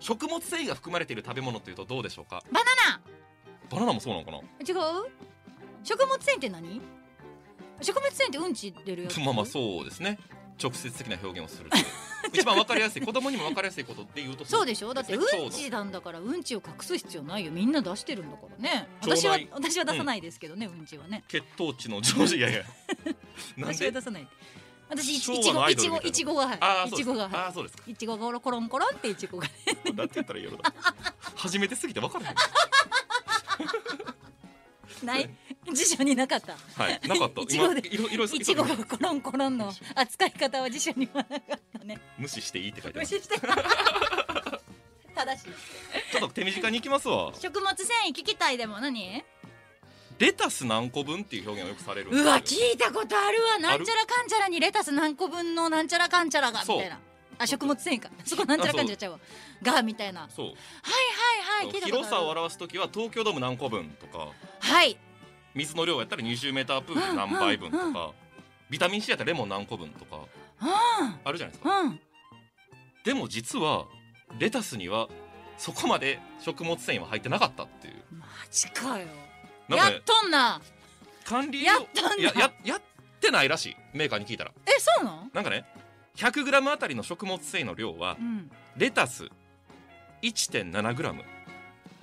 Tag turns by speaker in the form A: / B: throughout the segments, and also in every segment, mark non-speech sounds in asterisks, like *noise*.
A: 食物繊維が含まれている食べ物というとどうでしょうか
B: バナナ
A: バナナもそうなのかな
B: 違う食物繊維って何食物繊維ってうんち出るやつ
A: *laughs* まあまあそうですね直接的な表現をす
B: *laughs*
A: ると一番わかりやすい子供にもわかりやすいことって言うと
B: そうでしょだってうん
A: そう
B: ちなんだからうんちを隠す必要ないよみんな出してるんだからね
A: 腸内
B: 私は私は出さないですけどね、うん、ちはね
A: 血糖値の常時いやい
B: *laughs*
A: やなん
B: 私は
A: で
B: 出さない私いちいち
A: 昭和の
B: ご
A: アイ
B: い
A: ドルみ
B: ちご
A: たいない
B: ちごが
A: あ
B: は
A: あ
B: い
A: そうですかあ
B: いちごがは
A: ーそうですか
B: いいちごがコロンコロンっていちごが
A: なんて言ったらいいやろだ初めてすぎてわからない
B: ない辞書になかった
A: はいなかった
B: *laughs* いちごで
A: 今いろいろ
B: いちごがコロンコロンの扱い方は辞書にはなかったね
A: 無視していいって書いて
B: 無
A: ますち
B: 視して
A: *laughs*
B: 正しい
A: ょっと手短に行きますわ
B: 食物繊維聞きたいでも何
A: レタス何個分っていう表現をよくされるんです
B: う
A: けど
B: わ聞いたことあるわなんちゃらかんちゃらにレタス何個分のなんちゃらかんちゃらがみ
A: そう
B: たいなあ食物繊維かそこなんちゃらかんちゃらちゃうわがみたいなは
A: そう
B: いはいはい聞いたことある
A: 広さを表すときは東京ドーム何個分とか
B: はい
A: 水の量やったら20メータープール何杯分と
B: うん
A: かビタミン C やったらレモン何個分とかあるじゃないですか
B: うんうん
A: でも実はレタスにはそこまで食物繊維は入ってなかったっていう
B: マジかよ
A: なんか
B: や
A: ね
B: っとんな
A: 管理を
B: やったんだ
A: やややってないらしいメーカーに聞いたら
B: えそうなん
A: なんかね 100g あたりの食物繊維の量は
B: うん
A: レタス 1.7g100g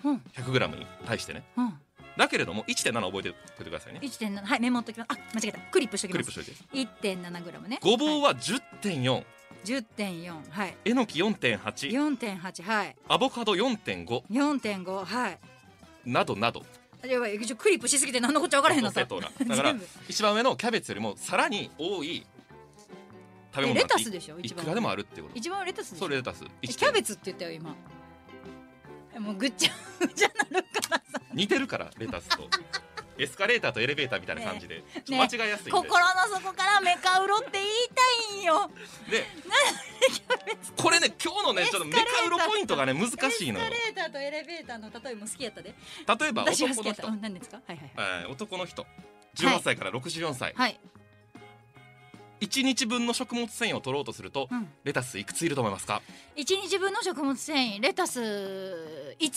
B: うん
A: に対してね
B: うん
A: だけれども1.7覚えておいてくださいね
B: 1.7はいメモっときますあ間違えたクリップしとき
A: ク
B: ま
A: リップ
B: す
A: しといて
B: 1.7グラムね
A: ごぼう
B: は
A: は10.4
B: い、10.4はい
A: えのき4.8
B: 4.8はい
A: アボカド4.5
B: 4.5はい
A: などなど
B: やばいちょクリップしすぎて何のこっちゃ分からへんの
A: セ
B: さ
A: トラだから
B: 全部
A: 一番上のキャベツよりもさらに多い食べ物な
B: え
A: んて
B: レタスでしょ
A: い
B: 一番
A: くらでもあるってこと
B: 一番レタスでし
A: そ
B: ょ
A: うレタス
B: え
A: キ
B: キャベツって言ったよ今えもうぐっちゃぐちゃなるからさ
A: 似てるからレタス
B: *laughs*
A: とエスカレーターとエレベーターみたいな感じで、ちょっと間違いやすいんで、
B: 心の底からメカウロって言いたいんよ
A: でこれね今日のねちょっとメカウロポイントがね難しいのよ
B: エスカレーターとエレベーターの例えも好きやったで
A: 例えば
B: 私
A: 男
B: が好き
A: の
B: やった
A: 人、
B: うん何ですかはいはいはい
A: えー男の人18歳から64歳、
B: はい、
A: 一1日分の食物繊維を取ろうとすると、
B: うん、
A: レタスいくついると思いますか
B: 1日分の食物繊維レタス5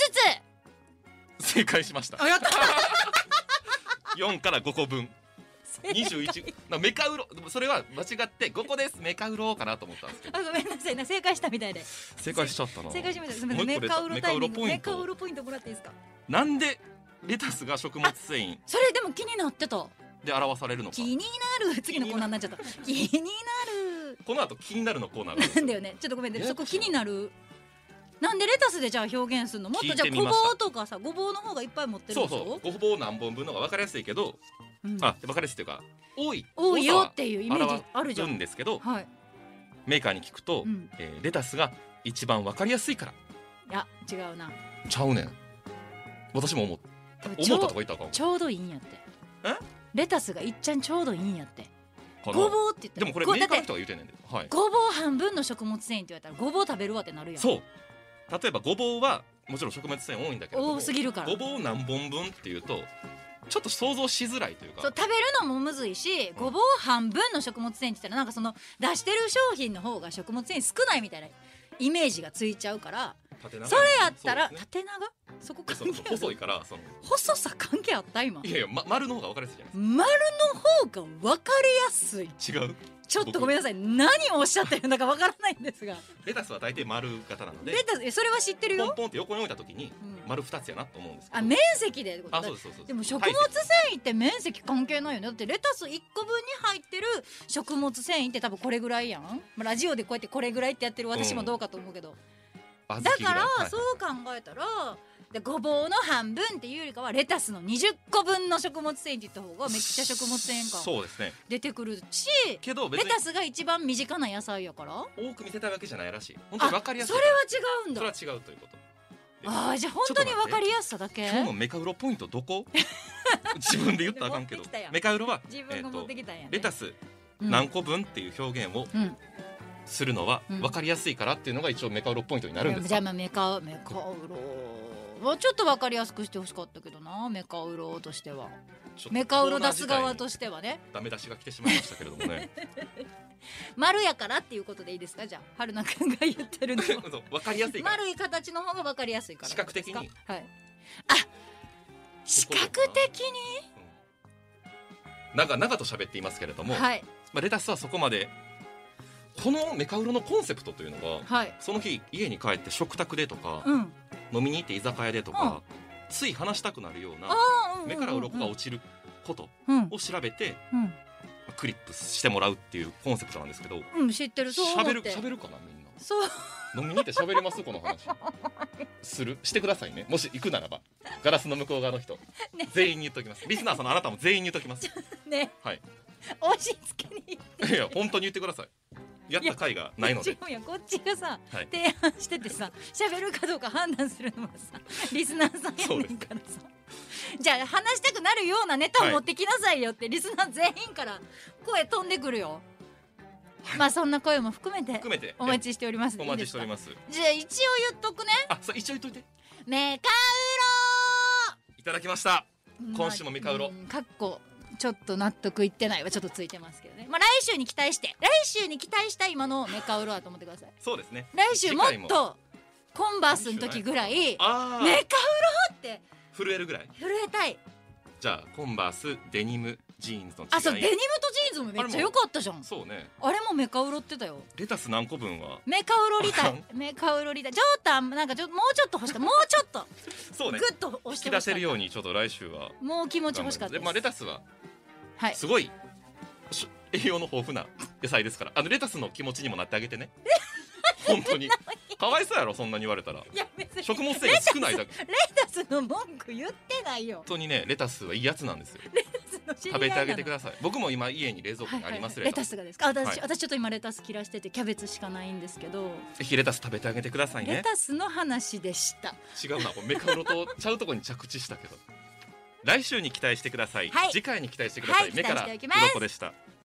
B: つ
A: 正解しました
B: あやった
A: 4から5個分21なメカウロでもそれは間違って5個ですメカウロかなと思ったんですけど
B: あごめんなさいな正解したみたいで
A: 正解しちゃったな
B: 正解しましたすみま
A: も
B: せ
A: うん一個レ
B: メカ
A: タ
B: ウロ
A: メ
B: タ
A: カ
B: イ
A: ウ
B: ミ
A: ロ
B: ン
A: ポ
B: グ
A: イ
B: メ
A: ン
B: カウ
A: ト
B: ロポイントもらっていいですか
A: なんでレタスが食物繊維
B: それでも気になってた
A: で表されるのか
B: 気になる次のコーナーになっちゃった気になる
A: この後気になるのコーナーがあるんです
B: な
A: よ
B: んだよねちょっとごめんね
A: え
B: そこ気になるなんでレタスでじゃあ表現するのもっ
A: 聞
B: と
A: い
B: じゃ
A: て
B: あ
A: み
B: ごぼ
A: ました
B: うとかさごぼうの方がいっぱい持ってる
A: そ
B: で
A: う
B: しょ
A: そうごぼう何本分の方が分かりやすいけど、
B: うん
A: あ分かりやすいというか多い
B: 多いよっ
A: 多
B: ていうイメージあるじ
A: さ
B: ゃ
A: はある
B: ん
A: んですけど
B: はい
A: メーカーに聞くと、
B: うん
A: えーレタスが一番分かりやすいから
B: いや違うな
A: ちゃうねん私も思っ
B: 多分ち
A: 思
B: ょ
A: ったと
B: う
A: か言ったらあ
B: ちょうどいいんやって
A: え
B: レタスがいっちゃんちょうどいいんやって
A: かんか
B: ご
A: な
B: ぼうって言って
A: でもこれ
B: ご
A: メ
B: だ
A: ー
B: っ
A: カーの
B: て
A: 人が言うてんねんで、はい、
B: ごぼう半分の食物繊維って言われたらごぼう食べるわってなるやん
A: そう例えばごぼうはもちろん食物繊維多いんだけれども
B: 多すぎるから
A: ごぼう何本分っていうとちょっと想像しづらいという
B: そう
A: か
B: 食べるのもむずいしごぼう半分の食物繊維って言ったらなんかその出してる商品の方が食物繊維少ないみたいなイメージがついちゃうから
A: 縦長
B: それやったら
A: そうですね
B: 縦長そこ
A: で
B: 関
A: そ
B: 係
A: の細
B: あ
A: い
B: る
A: からその
B: 細さ関係あった今
A: いやいや、ま、丸の方が分かりやすいじゃない
B: 丸の方が分かりやすい
A: ですか違う
B: ちょっとごめんなさい何をおっしゃってるのか分からないんですが
A: レタスは大体丸型なので
B: レタスえそれは知ってる
A: ポン
B: よ、
A: ポンって横に置いた時に
B: うん
A: 丸二つやなと思うんですけど
B: あ面積でってこと
A: あ
B: だ
A: そうですそうですそうす
B: でも食
A: はい
B: 物繊維って面積関係ないよねだってレタス1個分に入ってる食物繊維って多分これぐらいやんまあラジオでこうやってこれぐらいってやってる私もどうかと思うけど、
A: 小
B: だ
A: 豆ぐ
B: から
A: いはい
B: そう考えたらでごぼうの半分っていうよりかはレタスの20個分の食物繊維って言った方がめっちゃ食物繊維感
A: そうですね
B: 出てくるし
A: けど別
B: レ
A: に
B: タスが一番身近な野菜やから
A: 多く見せたいわけじゃないらしい本当
B: あ
A: に分かりやすい
B: それは違うんだ
A: それは違うということ
B: あーじゃあ本当に分かりやすさだけ
A: 今日のメカウロポイントど
B: *laughs*
A: こ自分で言ったらあかんけど
B: 持ってきたやん
A: メカウロは
B: 自分が持ってきたんや、ね
A: レタ
B: ス
A: ス何個分っていう表現を
B: うん
A: するのは
B: うん
A: 分かりやすいからっていうのが一応メカウロポイントになるんです
B: じゃあ
A: か
B: まあメカメカウロはちょっとわかりやすくしてほしかったけどなメカウロとしては
A: ちょっと
B: メカウロ出す側
A: コーナー自体
B: としてはね
A: にダメ出しが来てしまいましたけれども
B: *laughs*
A: ね
B: 丸やからっていうことでいいですかじゃあ春菜くんが言ってるのは
A: *laughs* そうわかりやすいから
B: 丸い形の方がわかりやすいから
A: 視覚的に
B: ですかはいあ視覚的
A: 長々と喋っていますけれど
B: に
A: も、
B: はい
A: まあ、レタスはそこまでこのメカウロのコンセプトというのが
B: はい
A: その日家に帰って食卓でとか、
B: うん
A: 飲みに行って居酒屋でとか、つい話したくなるような
B: あ
A: 目から鱗が落
B: ち
A: ちること
B: うん
A: を調べて
B: うん
A: まあクリップしてもらうっていうコンセプトなんですけど
B: うん知ってるそう思
A: 喋
B: っ
A: る
B: て
A: 喋るかなみんな
B: そう
A: 飲みに行って喋りますこの
B: *laughs*
A: 話するしてくださいねもし行くならばガラスの向こう側の人、
B: *laughs* ね
A: 全員に言っときますリスナーさんのあなたも全員に言っと
B: *laughs*
A: きます
B: ね
A: はい
B: 押し付けに
A: いや本当に言ってくださいやった回がないので
B: 違うよこっちがさ、
A: はい
B: 提案しててさ喋るかどうか判断するのはさリスナーさんやねんからさじゃあ話したくなるようなネタを持ってきなさいよって、リスナー全員から声飛んでくるよ、まあそんな声も含めて
A: 含めて
B: お待ちしております
A: お待ちしており
B: ま
A: ます
B: すじゃあ一応言っとくね
A: あそう一応言っといて
B: メカ
A: いただきました
B: ウロ
A: 今週もメカウロ
B: まあうんかっこちょっと納得いってないはちょっとついてますけどねまあ来週に期待して来週に期待した今のメカウロだと思ってください
A: そうですね
B: 来週も
A: 次
B: っ
A: 回
B: とコンバースの時ぐらいメカウ
A: ああ、
B: ロって
A: 震えるぐらい
B: 震えたい
A: じゃあコンバースデニムジーンズの違い
B: あそうデニムとジーンズもめっちゃ良かったじゃん
A: そうね
B: あれもメカウロってたよ
A: レタス何個分は
B: メカウロリタ
A: あか *laughs*
B: イメカウロリタイジョータンなんかちょっともうちょっと欲しかったもうちょっと
A: そう
B: グ
A: ね
B: ッと押
A: 引
B: し
A: き出
B: て欲しか
A: せ
B: っ
A: る
B: た
A: ようにちょっと来週は
B: もう気持ち欲しかった
A: で
B: です
A: まあレタスは
B: はい
A: すごいし栄養の豊富な野菜ですからあのレタスの気持ちにもなってあげて
B: *laughs*
A: ね本当にかわいそうやろそんなに言われたら
B: いや別に
A: 食物繊維が少ないだけ本
B: レタスの文句言ってないよ
A: 当にねレタスはいいやつなんですよ
B: レタスの知り合
A: 食べ
B: いなの
A: てあげてください僕も今家に冷蔵庫
B: はい
A: にあ
B: はい
A: り
B: は
A: ま
B: い
A: すレ
B: レ
A: タ
B: タ
A: ス
B: スがですかあ私
A: はい
B: 私ちょっと今レタス切らしててキャベツしかないんですけど
A: ぜひレタス食べてあげてください
B: レ
A: ね
B: タスの話でした
A: 違うなこれメカウロとちゃうとこに着地したけど来週に期待してください、
B: はい
A: 次回に期待してください、
B: はい
A: 目から
B: 期待しておきます
A: 鱗でした